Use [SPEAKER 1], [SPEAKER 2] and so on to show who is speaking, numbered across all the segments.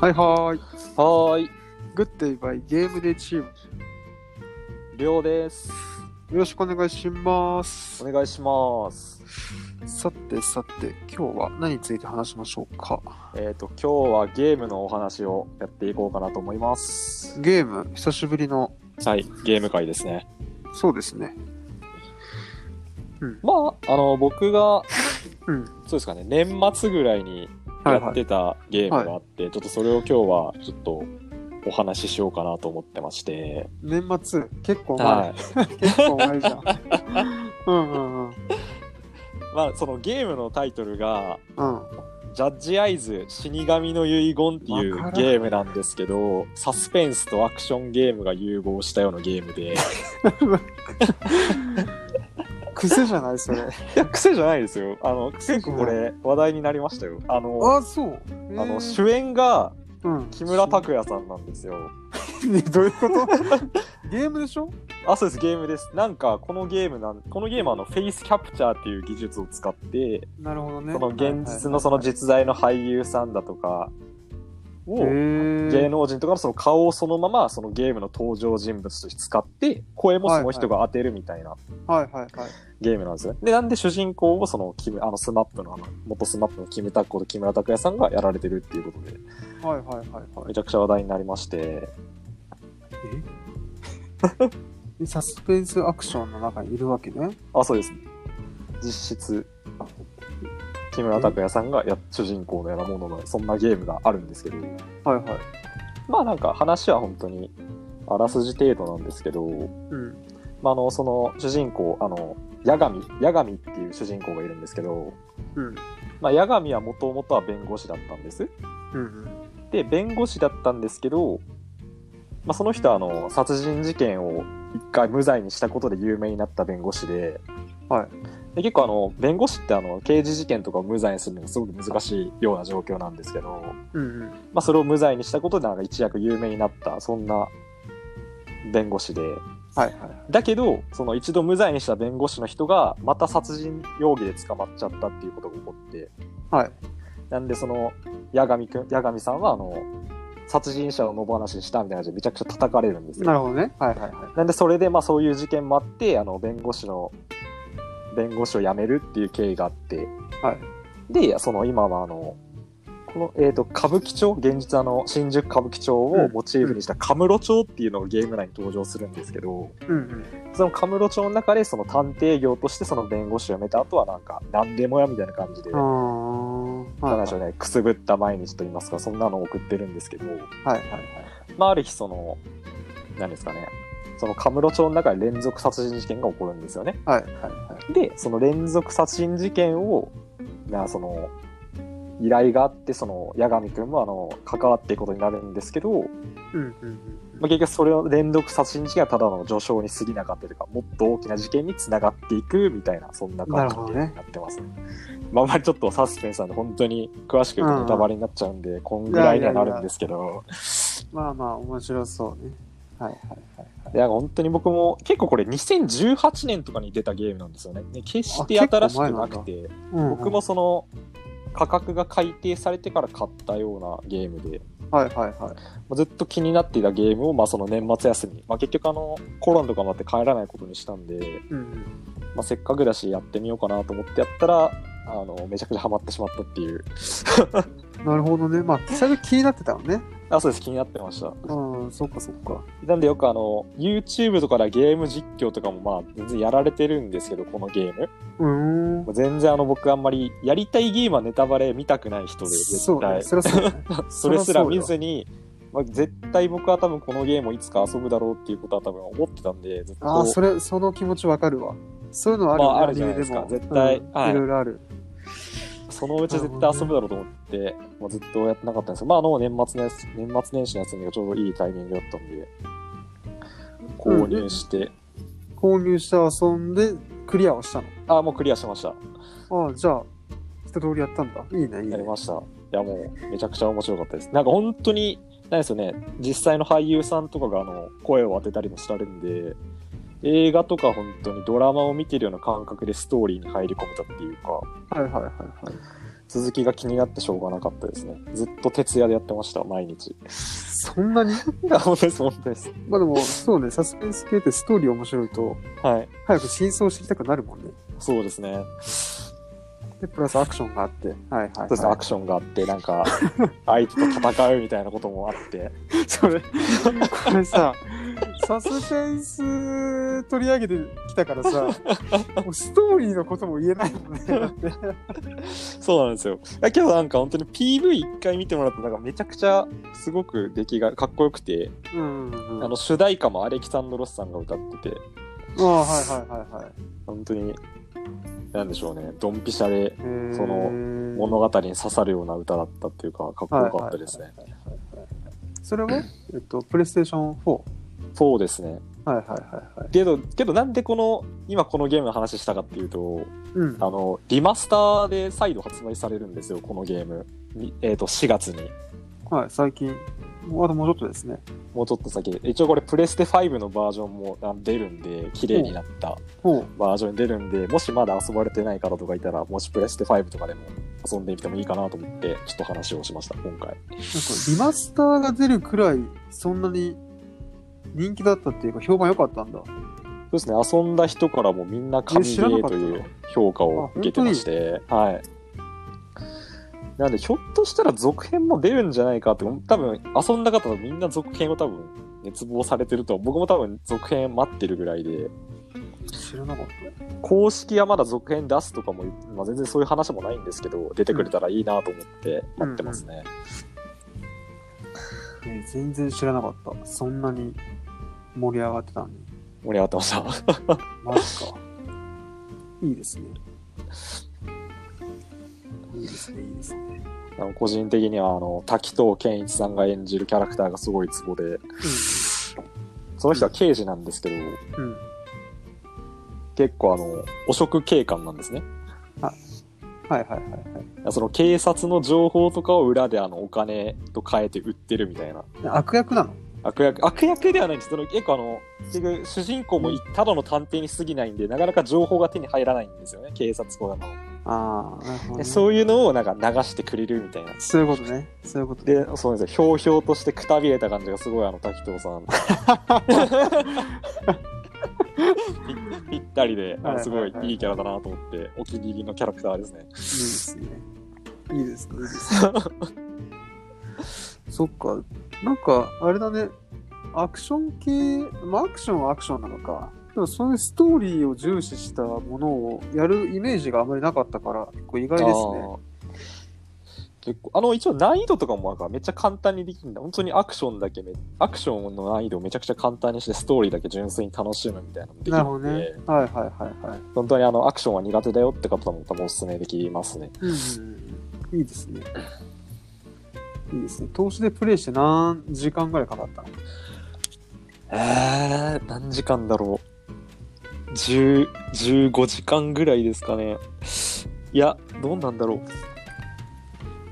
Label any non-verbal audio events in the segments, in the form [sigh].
[SPEAKER 1] はいはーい。
[SPEAKER 2] はーい、
[SPEAKER 1] グッデイバイゲームデイチーム。よ
[SPEAKER 2] りょうです。
[SPEAKER 1] ろしくお願いします
[SPEAKER 2] お。願いします。
[SPEAKER 1] さてさて、今日は何について話しましょうか。
[SPEAKER 2] えっ、と、今日はゲームのお話をやっていこうかなと思います。
[SPEAKER 1] ゲーム、久しぶりの、
[SPEAKER 2] はい、ゲーム会ですね。
[SPEAKER 1] そうですね。
[SPEAKER 2] まあ、あの、僕が、
[SPEAKER 1] うん
[SPEAKER 2] そうですかね、年末ぐらいに
[SPEAKER 1] は
[SPEAKER 2] や
[SPEAKER 1] いは
[SPEAKER 2] っ
[SPEAKER 1] い。
[SPEAKER 2] てたゲームがあって、ちょっとそれを今日はちょっとお話ししようかなと思ってまして。
[SPEAKER 1] 年末、結構前、
[SPEAKER 2] はい。
[SPEAKER 1] 結構前
[SPEAKER 2] [laughs]
[SPEAKER 1] じゃん。うんうんうん。うん。
[SPEAKER 2] まあ、そのゲームのタイトルが、
[SPEAKER 1] は
[SPEAKER 2] ジャッジアイズ死神の遺言っていう
[SPEAKER 1] わからん
[SPEAKER 2] ゲームなんですけど、サスペンスとアクションゲームが融合したようなゲームで、い
[SPEAKER 1] 癖じゃない
[SPEAKER 2] [laughs]
[SPEAKER 1] それ。
[SPEAKER 2] や、癖じゃないですよ。あの、結構これ話題になりましたよ。あの、
[SPEAKER 1] あ、そう。えー
[SPEAKER 2] あの主演が
[SPEAKER 1] うん、
[SPEAKER 2] 木村拓哉さんなんですよ。
[SPEAKER 1] 哉。どういうこと [laughs] ゲームでしょ
[SPEAKER 2] あ、そうです、ゲームです。なんか、このゲームなん、このゲームはあの、フェイスキャプチャーっていう技術を使って、
[SPEAKER 1] なるほどね。
[SPEAKER 2] その現実のその実在の俳優さんだとかを、芸
[SPEAKER 1] 芸
[SPEAKER 2] 能人とかのその顔をそのままそのゲームの登場人物として使って声もその人が当てるみたいな
[SPEAKER 1] はいはいはい。
[SPEAKER 2] ゲームなんですよね。でなんで主人公をそのキムあのスマップのあの元スマップのキムタッコと木村拓哉さんがやられてるっていうことで
[SPEAKER 1] はいはいはいはい
[SPEAKER 2] めちゃくちゃ話題になりまして
[SPEAKER 1] でサスペンスアクションの中にいるわけね。
[SPEAKER 2] あそうです実質木村拓哉さんがや主人公のようなもののそんなゲームがあるんですけど
[SPEAKER 1] はいはい。
[SPEAKER 2] まあなんか話は本当にあらすじ程度なんですけど
[SPEAKER 1] うん。
[SPEAKER 2] まあ、あのその主人公あの八神八神っていう主人公がいるんですけど、
[SPEAKER 1] うん。
[SPEAKER 2] まあ、八神はもともとは弁護士だったんです
[SPEAKER 1] うん。
[SPEAKER 2] で弁護士だったんですけど、まあ、その人はあの殺人事件を一回無罪にしたことで有名になった弁護士で,、、
[SPEAKER 1] はい
[SPEAKER 2] で結構あの弁護士ってあの刑事事件とかを無罪にするのがすごく難しいような状況なんですけど、
[SPEAKER 1] うん。
[SPEAKER 2] まあ、それを無罪にしたことでなんか一躍有名になったそんな弁護士で。
[SPEAKER 1] はいはい。
[SPEAKER 2] だけどその一度無罪にした弁護士の人がまた殺人容疑で捕まっちゃったっていうことが起こって
[SPEAKER 1] はい。
[SPEAKER 2] なんでその八神くん八神さんはあの殺人者を野放しにしたみたいな感じでめちゃくちゃ叩かれるんです
[SPEAKER 1] なる
[SPEAKER 2] よ
[SPEAKER 1] ほどね。はいはいは
[SPEAKER 2] なんでそれでまあそういう事件もあってあの弁護士の弁護士を辞めるっていう経緯があって
[SPEAKER 1] い。はい。
[SPEAKER 2] でその今はあのこの、えー、と歌舞伎町現実あの新宿歌舞伎町をモチーフにしたカムロ町っていうのがゲーム内に登場するんですけど、
[SPEAKER 1] うんうん。
[SPEAKER 2] そのカムロ町の中でその探偵業としてその弁護士を辞めた後はなんか何でもやみたいな感じで、
[SPEAKER 1] あ
[SPEAKER 2] なん
[SPEAKER 1] ー。はい
[SPEAKER 2] かしょうね、くすぶった毎日と言いますかそんなのを送ってるんですけど、
[SPEAKER 1] はいはい
[SPEAKER 2] まあ、ある日その何ですかねそのカムロ町の中で連続殺人事件が起こるんですよね。
[SPEAKER 1] はい。はいはいはい。
[SPEAKER 2] でその連続殺人事件をなその依頼があってその八神君もあの関わっていくことになるんですけど、
[SPEAKER 1] うんうんうん。
[SPEAKER 2] まあ、結局それを連続殺人事件はただの序章に過ぎなかったりとかもっと大きな事件につながっていくみたいなそんな感
[SPEAKER 1] なるほ
[SPEAKER 2] じ
[SPEAKER 1] ど
[SPEAKER 2] に
[SPEAKER 1] ね
[SPEAKER 2] なってますね。まあ、あんまりちょっとサスペンスなんで本当に詳しく言う
[SPEAKER 1] うんう
[SPEAKER 2] と
[SPEAKER 1] ん
[SPEAKER 2] ネタバレになっちゃうんで、こんぐらいにはなるんですけど
[SPEAKER 1] まあまあ、面白そうね。はいはいはい。
[SPEAKER 2] いや本当に僕も結構これ2018年とかに出たゲームなんですよね。ね決して
[SPEAKER 1] あ結構
[SPEAKER 2] 新しくなくて
[SPEAKER 1] うんうん
[SPEAKER 2] 僕も。その価格が改定されてから買ったようなゲームで
[SPEAKER 1] はいはいはい。
[SPEAKER 2] まあずっと気になっていたゲームを、まあ、その年末休み、まあ、結局あのコロナとかもあって帰らないことにしたんで、
[SPEAKER 1] うんうん。
[SPEAKER 2] まあ、せっかくだしやってみようかなと思ってやったらあのめちゃくちゃハマってしまったっていう
[SPEAKER 1] なるほどね。まあ、久々気になってたのね。
[SPEAKER 2] あそうです気になってました
[SPEAKER 1] うん、そっかそっか。
[SPEAKER 2] なんでよくあの YouTube とかではゲーム実況とかもまあ全然やられてるんですけどこのゲーム
[SPEAKER 1] うーん
[SPEAKER 2] も。う全然あの僕あんまりやりたいゲームはネタバレ見たくない人で
[SPEAKER 1] そ
[SPEAKER 2] 絶
[SPEAKER 1] うね。
[SPEAKER 2] 対
[SPEAKER 1] そりゃそうね。
[SPEAKER 2] それすら見ずにまあ、絶対僕は多分このゲームをいつか遊ぶだろうっていうことは多分思ってたんでずっと
[SPEAKER 1] ああ、それ、その気持ちわかるわ。そういうのはあるよね
[SPEAKER 2] まあある
[SPEAKER 1] ア
[SPEAKER 2] じ
[SPEAKER 1] ニ
[SPEAKER 2] ゃな
[SPEAKER 1] メ
[SPEAKER 2] いです
[SPEAKER 1] で
[SPEAKER 2] か
[SPEAKER 1] も。
[SPEAKER 2] 絶対
[SPEAKER 1] うん
[SPEAKER 2] はい
[SPEAKER 1] いろいろある。
[SPEAKER 2] そのうち絶対遊ぶだろうと思って、もうずっとやってなかったんですけど、まあ、あの年末のやつ年末年始の休みがちょうどいいタイミングだったんで、購入して、
[SPEAKER 1] 購入して遊んでクリアをしたの。
[SPEAKER 2] あもうクリアしました。
[SPEAKER 1] ああ、じゃあ、一通りやったんだ。いいね、いい
[SPEAKER 2] や
[SPEAKER 1] ね。
[SPEAKER 2] りました。いや、もうめちゃくちゃ面白かったです。なんか本当に、なんですよね、実際の俳優さんとかがあの声を当てたりもしてあるんで、映画とか本当にドラマを見てるような感覚でストーリーに入り込めたっていうか、
[SPEAKER 1] はいはいはいはい。
[SPEAKER 2] 続きが気になってしょうがなかったですね。ずっと徹夜でやってました、毎日。
[SPEAKER 1] そんなに
[SPEAKER 2] 本当です、本当です。
[SPEAKER 1] まあでも、そうね、サスペンス系ってストーリー面白いと、
[SPEAKER 2] はい。
[SPEAKER 1] 早く真相を知りたくなるもんね。
[SPEAKER 2] そうですね。
[SPEAKER 1] で、プラスアクションがあって、はいはい、
[SPEAKER 2] そうですね
[SPEAKER 1] は
[SPEAKER 2] アクションがあって、なん
[SPEAKER 1] [laughs]
[SPEAKER 2] か、相手と戦うみたいなこともあって、
[SPEAKER 1] い。それ、これさ、サスペンス取り上げてきたからさ、もうストーリーのことも言えないもんね。だって
[SPEAKER 2] そうなんですよ。いやけどなんか本当に PV 一回見てもらったらなんかめちゃくちゃすごく出来がかっこよくて、
[SPEAKER 1] うんうんうん。
[SPEAKER 2] あの主題歌もアレキサンドロスさんが歌ってて、
[SPEAKER 1] ああ、はいはいはいはい。
[SPEAKER 2] 本当に、なんでしょうね、ドンピシャ
[SPEAKER 1] へ
[SPEAKER 2] で
[SPEAKER 1] ー
[SPEAKER 2] その物語に刺さるような歌だったっていうか、かっこよかったですね。
[SPEAKER 1] それは、えっと、プレイステーション 4?
[SPEAKER 2] そうですね。
[SPEAKER 1] はいはいはいはい。
[SPEAKER 2] けど、けどなんでこの、今このゲームの話したかっていうと、
[SPEAKER 1] うん。
[SPEAKER 2] あの、リマスターで再度発売されるんですよ、このゲーム。にえっ、と、4月に。
[SPEAKER 1] はい、最近。もうあともうちょっとですね。
[SPEAKER 2] もうちょっと先。一応これ、プレステ5のバージョンもあ出るんで、綺麗になった
[SPEAKER 1] ほう。
[SPEAKER 2] バージョンに出るんで、もしまだ遊ばれてない方とかいたら、もしプレステ5とかでも遊んでみてもいいかなと思って、ちょっと話をしました、今
[SPEAKER 1] な
[SPEAKER 2] 回。
[SPEAKER 1] んかリマスターが出るくらいそんなに人気だったっていうか評判良かったんだ。
[SPEAKER 2] そうですね、遊んだ人からもみんな神
[SPEAKER 1] え知
[SPEAKER 2] ゲ
[SPEAKER 1] らなか
[SPEAKER 2] ー
[SPEAKER 1] った
[SPEAKER 2] という評価を受けてまして、はい。なんで、ひょっとしたら続編も出るんじゃないかって、多分遊んだ方みんな続編を多分熱望されてると、僕も多分続編待ってるぐらいで、
[SPEAKER 1] 知らなかった。
[SPEAKER 2] 公式はまだ続編出すとかも、まあ、全然そういう話もないんですけど、出てくれたらいいなと思って待ってますね。
[SPEAKER 1] えー全然知らなかった。そんなに盛り上がってたのに。
[SPEAKER 2] 盛り上がってました。 [laughs]
[SPEAKER 1] マジか。いいですね。いいですね、いいですね。
[SPEAKER 2] あの個人的には、あの、滝藤健一さんが演じるキャラクターがすごいツボで、その人は刑事なんですけど、
[SPEAKER 1] うん。うん。
[SPEAKER 2] 結構あの、汚職警官なんですね。
[SPEAKER 1] はいはいはいはい。
[SPEAKER 2] その警察の情報とかを裏であの、お金と変えて売ってるみたいな。
[SPEAKER 1] 悪役なの
[SPEAKER 2] 悪役、悪役ではないんです。その結構あの、結局主人公もいただの探偵に過ぎないんで、なかなか情報が手に入らないんですよね、警察官の。
[SPEAKER 1] ああ、なるほど、
[SPEAKER 2] で
[SPEAKER 1] ね。
[SPEAKER 2] そういうのをなんか流してくれるみたいな。
[SPEAKER 1] そういうことね。そういうことね。
[SPEAKER 2] で、そうなんですよ。ひょうひょうとしてくたびれた感じがすごい、あの、滝藤さ [laughs] ん。ぴぴったりで、あのすごいいいキャラだなと思って、お気に入りのキャラクターですね。
[SPEAKER 1] いいですね。いいですね。いいですねそっか。なんか、あれだね。アクション系、まあアクションはアクションなのか。でもそういうストーリーを重視したものをやるイメージがあまりなかったから、結構意外ですね。
[SPEAKER 2] あー結構あの一応難易度とかもなんかめっちゃ簡単にできるんだ本当にアクションだけめアクションの難易度をめちゃくちゃ簡単にしてストーリーだけ純粋に楽しむみたいなのもでき
[SPEAKER 1] な
[SPEAKER 2] る
[SPEAKER 1] るほど
[SPEAKER 2] ので
[SPEAKER 1] ね。はいはいはいはい。
[SPEAKER 2] 本当にあのアクションは苦手だよって方も多分おすすめできますね
[SPEAKER 1] うんうん、いいですね。いいですね。投資でプレイして何時間ぐらいかかったの
[SPEAKER 2] えー、何時間だろう10 15時間ぐらいですかねいやどうなんだろう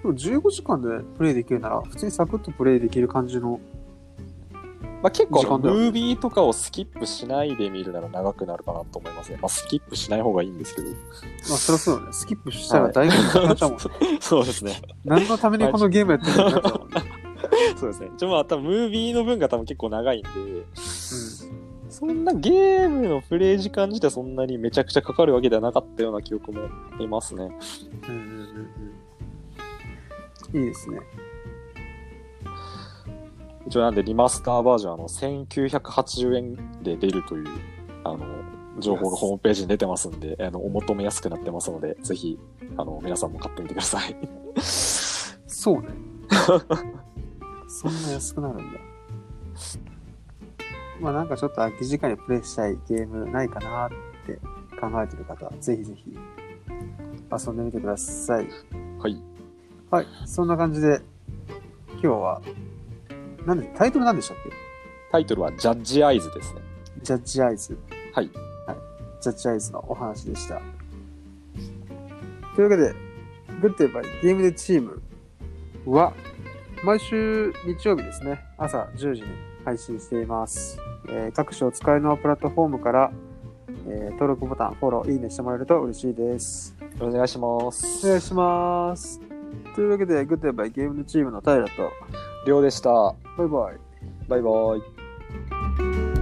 [SPEAKER 1] でも ?15 時間でプレイできるなら、普通にサクッとプレイできる感じの。
[SPEAKER 2] まあ、結構あ
[SPEAKER 1] 時
[SPEAKER 2] の
[SPEAKER 1] 間だよね
[SPEAKER 2] ムービーとかをスキップしないで見るなら長くなるかなと思いますね、まあ、スキップしない方がいいんですけど
[SPEAKER 1] まあ、そりゃそうだよね。スキップしたら大学に [laughs] なっちゃうもんね
[SPEAKER 2] [laughs] そうですね
[SPEAKER 1] 何のためにこのゲームやってるのかなと思うね。
[SPEAKER 2] そうですね。ちょ、まあ、多分ムービーの分が多分結構長いんで、そんなゲームのプレイ時間自体そんなにめちゃくちゃかかるわけではなかったような記憶もありますね。
[SPEAKER 1] うんうんうんうんいいですね。
[SPEAKER 2] 一応なんでリマスターバージョン、あの、1980円で出るという、あの、情報がホームページに出てますんで、 [laughs] あの、お求めやすくなってますので、ぜひ、あの、皆さんも買ってみてください。 [laughs]
[SPEAKER 1] そうね。そんな安くなるんだ。まあなんかちょっと空き時間にプレイしたいゲームないかなって考えてる方、ぜひぜひ遊んでみてください。
[SPEAKER 2] はい。
[SPEAKER 1] はい、そんな感じで今日は、なんで、タイトルなんでしたっけ
[SPEAKER 2] タイトルは、ジャッジアイズですね。
[SPEAKER 1] ジャッジアイズ。
[SPEAKER 2] はい。
[SPEAKER 1] ジャッジアイズのお話でした。というわけで、グッドエバイゲームでチームは、毎週日曜日ですね、朝10時に配信しています。えー各種お使いのプラットフォームから、えー登録ボタン、フォロー、いいねしてもらえると嬉しいです。
[SPEAKER 2] お願いしま
[SPEAKER 1] お願い
[SPEAKER 2] す。
[SPEAKER 1] します。というわけで、グッドバイゲームのチームの平と、
[SPEAKER 2] りょうでした。
[SPEAKER 1] バイバイ。
[SPEAKER 2] バイバイ。